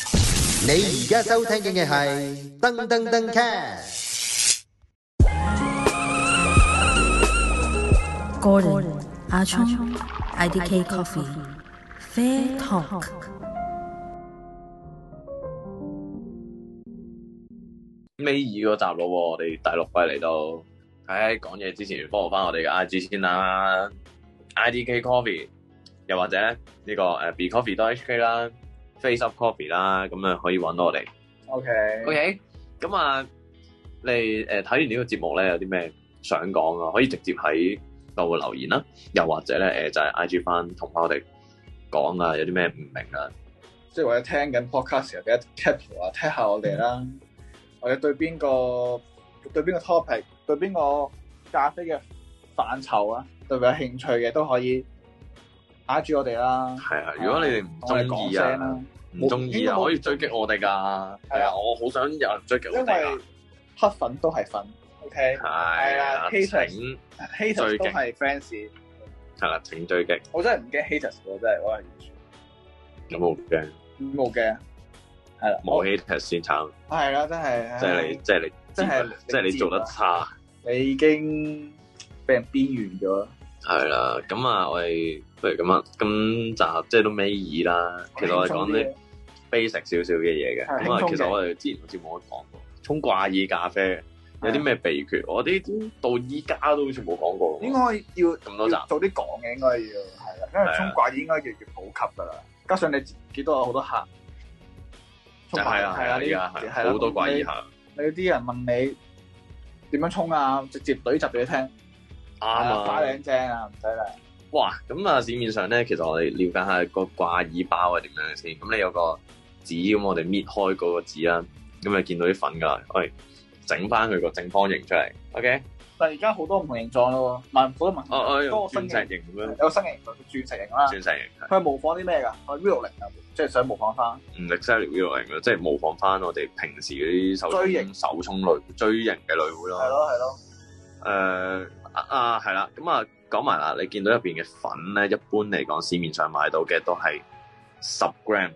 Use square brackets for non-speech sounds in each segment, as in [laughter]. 你而家收聽嘅係噔噔噔 cast。 Gordon, Ah Chong, IDK Coffee, Fair Talk. 尾二嗰集咯喎，我哋第六季嚟到。喺講嘢之前，follow 翻我哋嘅 IG 先啦，IDK Coffee，又或者呢、個誒 B Coffee 多 HK 啦，Face Up Coffee 啦，咁啊可以揾到我哋。 O K， OK，咁啊，你誒睇完呢個節目咧，有啲咩想講啊？可以直接喺度留言啦，又或者咧誒、就係 IG 翻同翻我哋講啊，有啲咩唔明啊？即係或者聽緊 podcast 嘅記得 cap 啊，聽下我哋啦，嗯或者對邊個對邊個 topic，對邊個咖啡嘅範疇啊，對佢有興趣嘅都可以打住我哋啦。係啊，如果你哋唔我哋中講意啊聲。啦，唔中意啊，可以追擊我哋㗎。係啊，我好想有人追擊因我哋為㗎。黑粉都係粉，O K，係啊，請 haters 係 haters 都係 fans，啦，請追擊，我真係唔驚 haters 喎，真係我係完全有冇嘅？冇嘅，係啦，冇 haters 先慘，係啦，真係，即係你，即係你，真係即係你做得差。你已經俾人邊緣咗啦。係啦，咁啊，我哋不如咁啊，今集即係都尾二啦。其實我哋講啲 basic 少少嘅嘢嘅，啊係咁啊，輕鬆嘅其實我哋之前好似冇得講過，沖掛耳咖啡有啲咩秘訣？我啲到依家都好似冇講過應喎。該要咁多集要早啲講嘅，應該要係啦，因為啊沖掛耳應該越嚟越普及噶啦，加上你見到有好多客，就係啦，係啦，依家啊呢係好多掛耳。客。你啊你啲人問你點樣沖啊，直接懟集俾你聽，啱啱啊，花靚正啊，唔使啦。哇！咁啊，市面上咧，其實我哋了解下個掛耳包啊係點樣先。咁你有個紙，咁我哋搣開嗰個紙啦，咁就見到啲粉噶，我哋整翻佢個正方形出嚟。OK，但係而家好多唔同形狀咯喎，問好多唔哦同哦，形狀，多鑽新石形，形咁樣，有新形狀，鑽石型啦鑽。石形係佢係模仿啲咩㗎？佢 V 六零啊，即係想模仿翻。唔嗯 exactly 呢類型嘅，即係模仿翻我哋平時嗰啲手錐沖手沖類錐形嘅類會係咯。咯係咯，誒啊啊，係啦，咁啊講埋啦，你見到入邊嘅粉咧，一般嚟講市面上買到嘅都係十 gram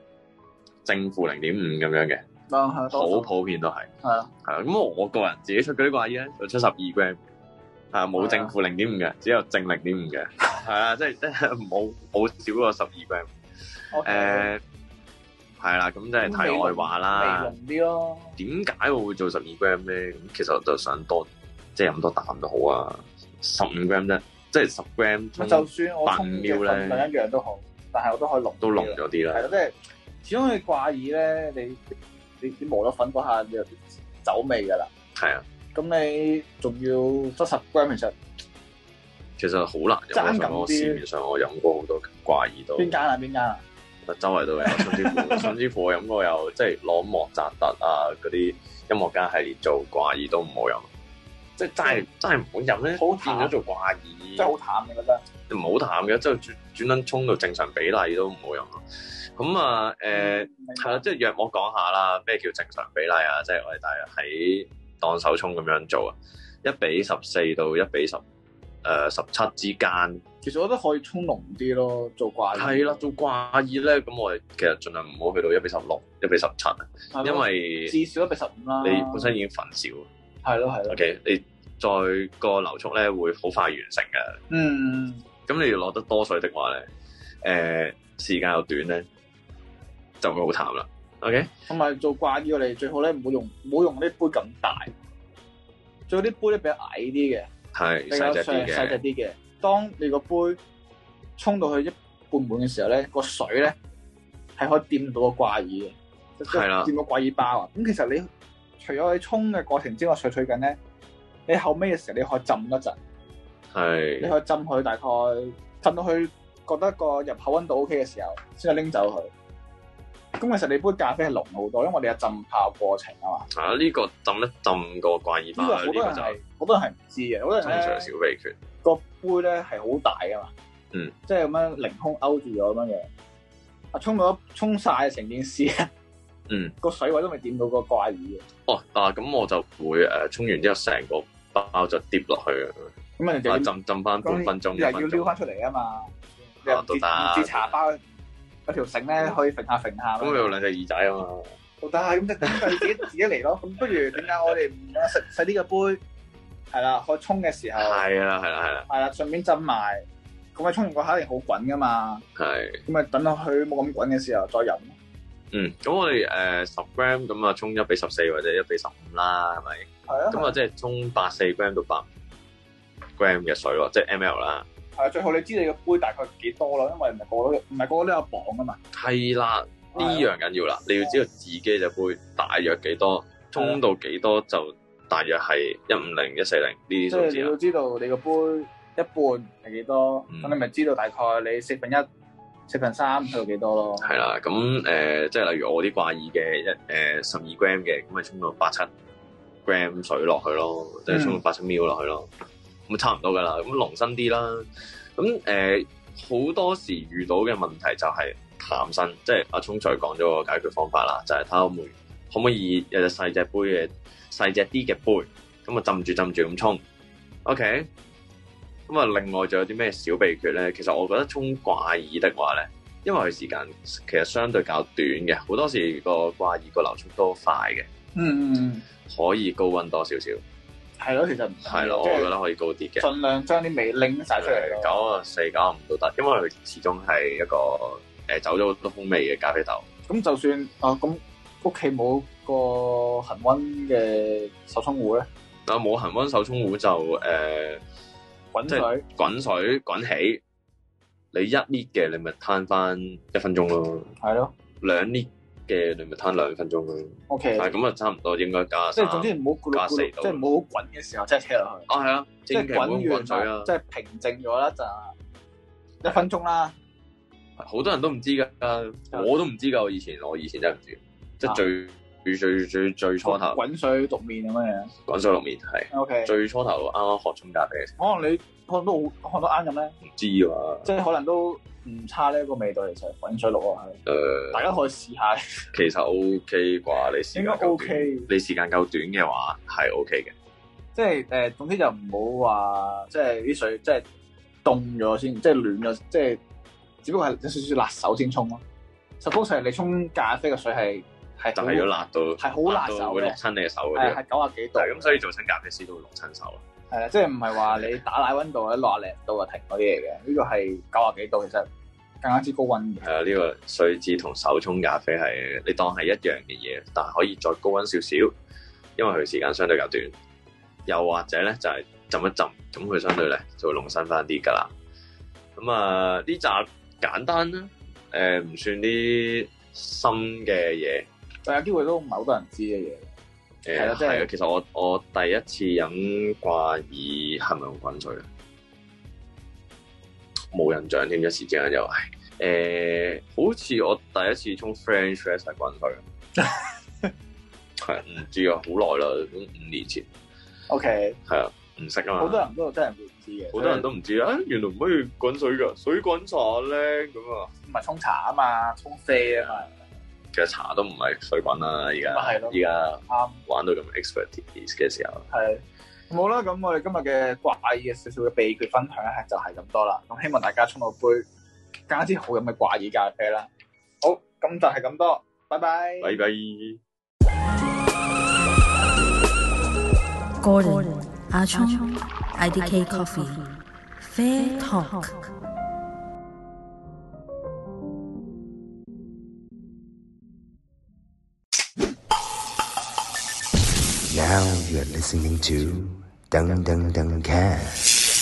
正負零點五咁樣嘅，啊係多好數普遍都係。係啊，係啦，咁我個人自己出嗰啲，E 掛耳咧，就出十二 gram，係啊啊冇正負零點五嘅，只有正零點五 [laughs] 嘅，係啊，即係即係冇冇少過十二 gram。誒，我啊係啦，咁即係題外話微啦。濃啲咯。點解我會做十二 gram 咧？咁其實我就想多，即係飲多啖都好啊，十五 gram 啫，即係十 gram 咪沖就算我沖嘅份量一樣都好，但係我都可以濃都濃咗。咗啲係啦。咯，即係始終你掛耳咧，你你你磨咗粉嗰下，你有啲酒味㗎啦。係啊，咁你仲要得十 gram，其實其實好難飲。我爭咁想講啲市面上我飲過好多掛耳都。邊間啊邊間啊？周圍都有， [laughs] 甚至乎甚至乎我飲過有即係攞莫扎特啊嗰啲音樂家系列做掛耳都唔好飲，即係真係真係唔嗯好飲咧，好淡啊變咗做掛耳，真係好淡，你覺得？唔好淡嘅，即係轉轉撚沖到正常比例都唔好飲咯。咁啊誒係啦，即係若我講下啦，咩叫正常比例啊？即係我哋大約喺當手沖咁樣做啊，一比十四到一比十誒十七之間。其實我覺得可以沖濃啲咯，做掛耳。係啦，做掛耳咧，咁我哋其實盡量唔好去到一比十六、一比十七啊。係咯，因為至少一比十五啦。你本身已經粉少係咯係咯， ，OK，你再個流速咧會好快完成嘅。嗯。咁你要攞得多水的話咧，誒、時間又短咧，就會好淡啦。OK，同埋做掛耳，我哋最好咧唔好用唔好用啲杯咁大，最好啲杯咧比較矮啲嘅，係比細較隻啲細細隻嘅，啲嘅。當你個杯沖到去一半滿嘅時候咧，個水咧係可以掂到個掛耳嘅，即係啦掂到掛耳包啊。咁其實你除咗喺沖嘅過程之外水水緊咧，你後尾嘅時候你可以浸一陣，你係可以浸佢大概浸到佢覺得個入口温度 OK 嘅時候，先去拎走佢。咁其實你杯咖啡係濃好多，因為我哋有浸泡過程啊嘛。啊呢、個浸一浸個掛耳呢個包，好呢多個人就係好多人係唔知嘅，好多人通常咧小秘訣。個杯咧係好大噶嘛，嗯，即係咁樣凌空勾住咗咁樣嘢，啊沖到沖晒成件事，嗯，個水位都未掂到個掛耳嘅，哦，啊咁我就會誒、沖完之後成個包就跌落去，咁啊你就啊要浸浸翻半分鐘，你又一要分撩鐘，翻出嚟啊嘛，又唔啊都知得嗯唔知茶包有條繩咧可以揈下揈下，咁佢有兩隻耳仔啊嘛，好得咁就等佢自 [laughs] 己自己嚟咯。咁不如點解我哋唔啊食食呢個杯？係啦，我沖嘅時候係係啊啦係啦係啦啦，順便浸埋。咁啊，沖完個下一定好滾噶嘛。係，咁啊，等到佢冇咁滾嘅時候再飲。嗯，咁我哋誒十 gram 咁啊，沖一比十四或者一比十五啦，係咪？係啊，咁啊，即係沖八四 gram 到八 gram 嘅水咯，即係 ml 啦。係啊，最好你知你個杯大概幾多咯，因為唔係個個都唔係個個都有磅啊噶嘛。啊係啊啦，呢樣緊要啦，你要知道自己隻杯大約幾多，沖到幾多就大約係一五零、一四零呢啲即數係字你啦要。知道你個杯一半係幾多，啊嗯咁你咪知道大概你四分一、四分三去到幾多咯。係啦，咁誒、呃即係例如我啲掛耳嘅一呃誒十二 gram 嘅，咁咪沖到八七 gram 水落去咯，即係沖到八七 ml 落去咯，咁差唔多噶啦，咁濃身啲啦。咁誒好多時遇到嘅問題就係淡身，即係阿聰 Sir 講咗個解決方法啦，就係睇下可唔可以可唔可以有隻細隻杯嘅細隻啲嘅杯，咁啊浸住浸住咁沖，OK。咁啊，另外仲有啲咩小秘訣咧？其實我覺得沖掛耳的話咧。因為佢時間其實相對較短嘅，好多時個掛耳個流速都快嘅，嗯嗯嗯，可以高温多少少，係咯，其實唔係咯，我即係覺得可以高啲嘅，盡量將啲味拎晒出嚟九咯。啊四九啊五都得，因為佢始終係一個誒、呃走咗好多風味嘅咖啡豆，咁就算啊，咁屋企冇個恒温嘅手沖壺咧，但冇恒温手沖壺就誒、呃、滾即係水滾水滾起，你一 lit 嘅你咪攤翻一分鐘咯，係咯。兩 lit 嘅你咪攤兩分鐘咯， O 係 K，咁啊差唔多應該加嗯即三係總之唔好咕嚕咕嚕，加四度即係唔好滾嘅時候即係車落去，啊係啊，即係千祈唔好滾完滾水啊啦，。即係平靜咗啦就一分鐘啦。好多人都唔知噶，我都唔知噶。我以前我以前真係唔知，即啊係最最最最最初頭滾水淥面咁樣樣。滾水淥面係 O K。最初頭啱啱學沖咖啡嘅時可能你可能都好可能都啱飲咧，候唔知啊嘛。即係可能都唔差呢個味道其實滾水淥落去，誒，大家可以試下，呃 [laughs] 其實 O K 啩，你時間應該夠 OK 短，你時間夠短嘅話係 O K 嘅。即係誒、呃，總之就唔好話即係啲水即係凍咗先，即係暖咗，即係只不過係有少少辣手先沖咯。suppose 係你沖咖啡嘅水係係就好係要辣到係好辣到手會淥嘅，親你嘅手嗰啲係啊。係九啊幾度，係咁，所以做親咖啡師都會淥親手啊。係啦，即係唔係話你打奶温度咧落廿零度就停嗰啲嚟嘅，呢個係九啊幾度，其實更加之高温嘅。係啊，呢個水質同手沖咖啡係你當係一樣嘅嘢，但係可以再高温少少，因為佢時間相對較短。又或者咧就係、浸一浸，咁佢相對咧就會濃身翻啲㗎啦。咁啊呢扎簡單啦，誒、唔算啲深嘅嘢。但有機會都唔係好多人知嘅嘢。誒係啦即係係啊，其實我我第一次飲掛耳係咪用滾水啊？冇印象添，一時之間又係誒，好似我第一次沖 French press 係滾水啊， [laughs] 係唔知啊，好耐啦，咁五年前 O K，係啊，唔識啊嘛，好多人都真係唔會知嘅，好多人都唔知啊，原來唔可以滾水㗎，水滾茶咧咁啊，唔係沖茶啊嘛，沖啡啊嘛，其實茶都唔係水滾啦，而家咪係咯而家啱玩到咁 expertise 嘅時候。係。咁好啦，咁我哋今日嘅掛耳嘅少少嘅秘訣分享咧，就係咁多啦。咁希望大家沖到杯更加之好飲嘅掛耳咖啡啦。好，咁就係咁多，拜拜。拜拜。 Gordon, Achong, IDK Coffee, Fair Talk. Now you're listening to Dung Dung Dung Cat.